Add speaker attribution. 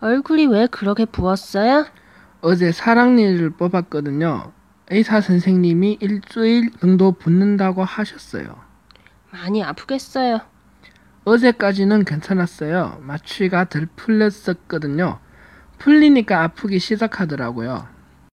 Speaker 1: 얼굴이 왜 그렇게 부었어요?
Speaker 2: 어제 사랑니를 뽑았거든요. 의사 선생님이 일주일 정도 붓는다고 하셨어요.
Speaker 1: 많이 아프겠어요.
Speaker 2: 어제까지는 괜찮았어요. 마취가 덜 풀렸었거든요. 풀리니까 아프기 시작하더라고요.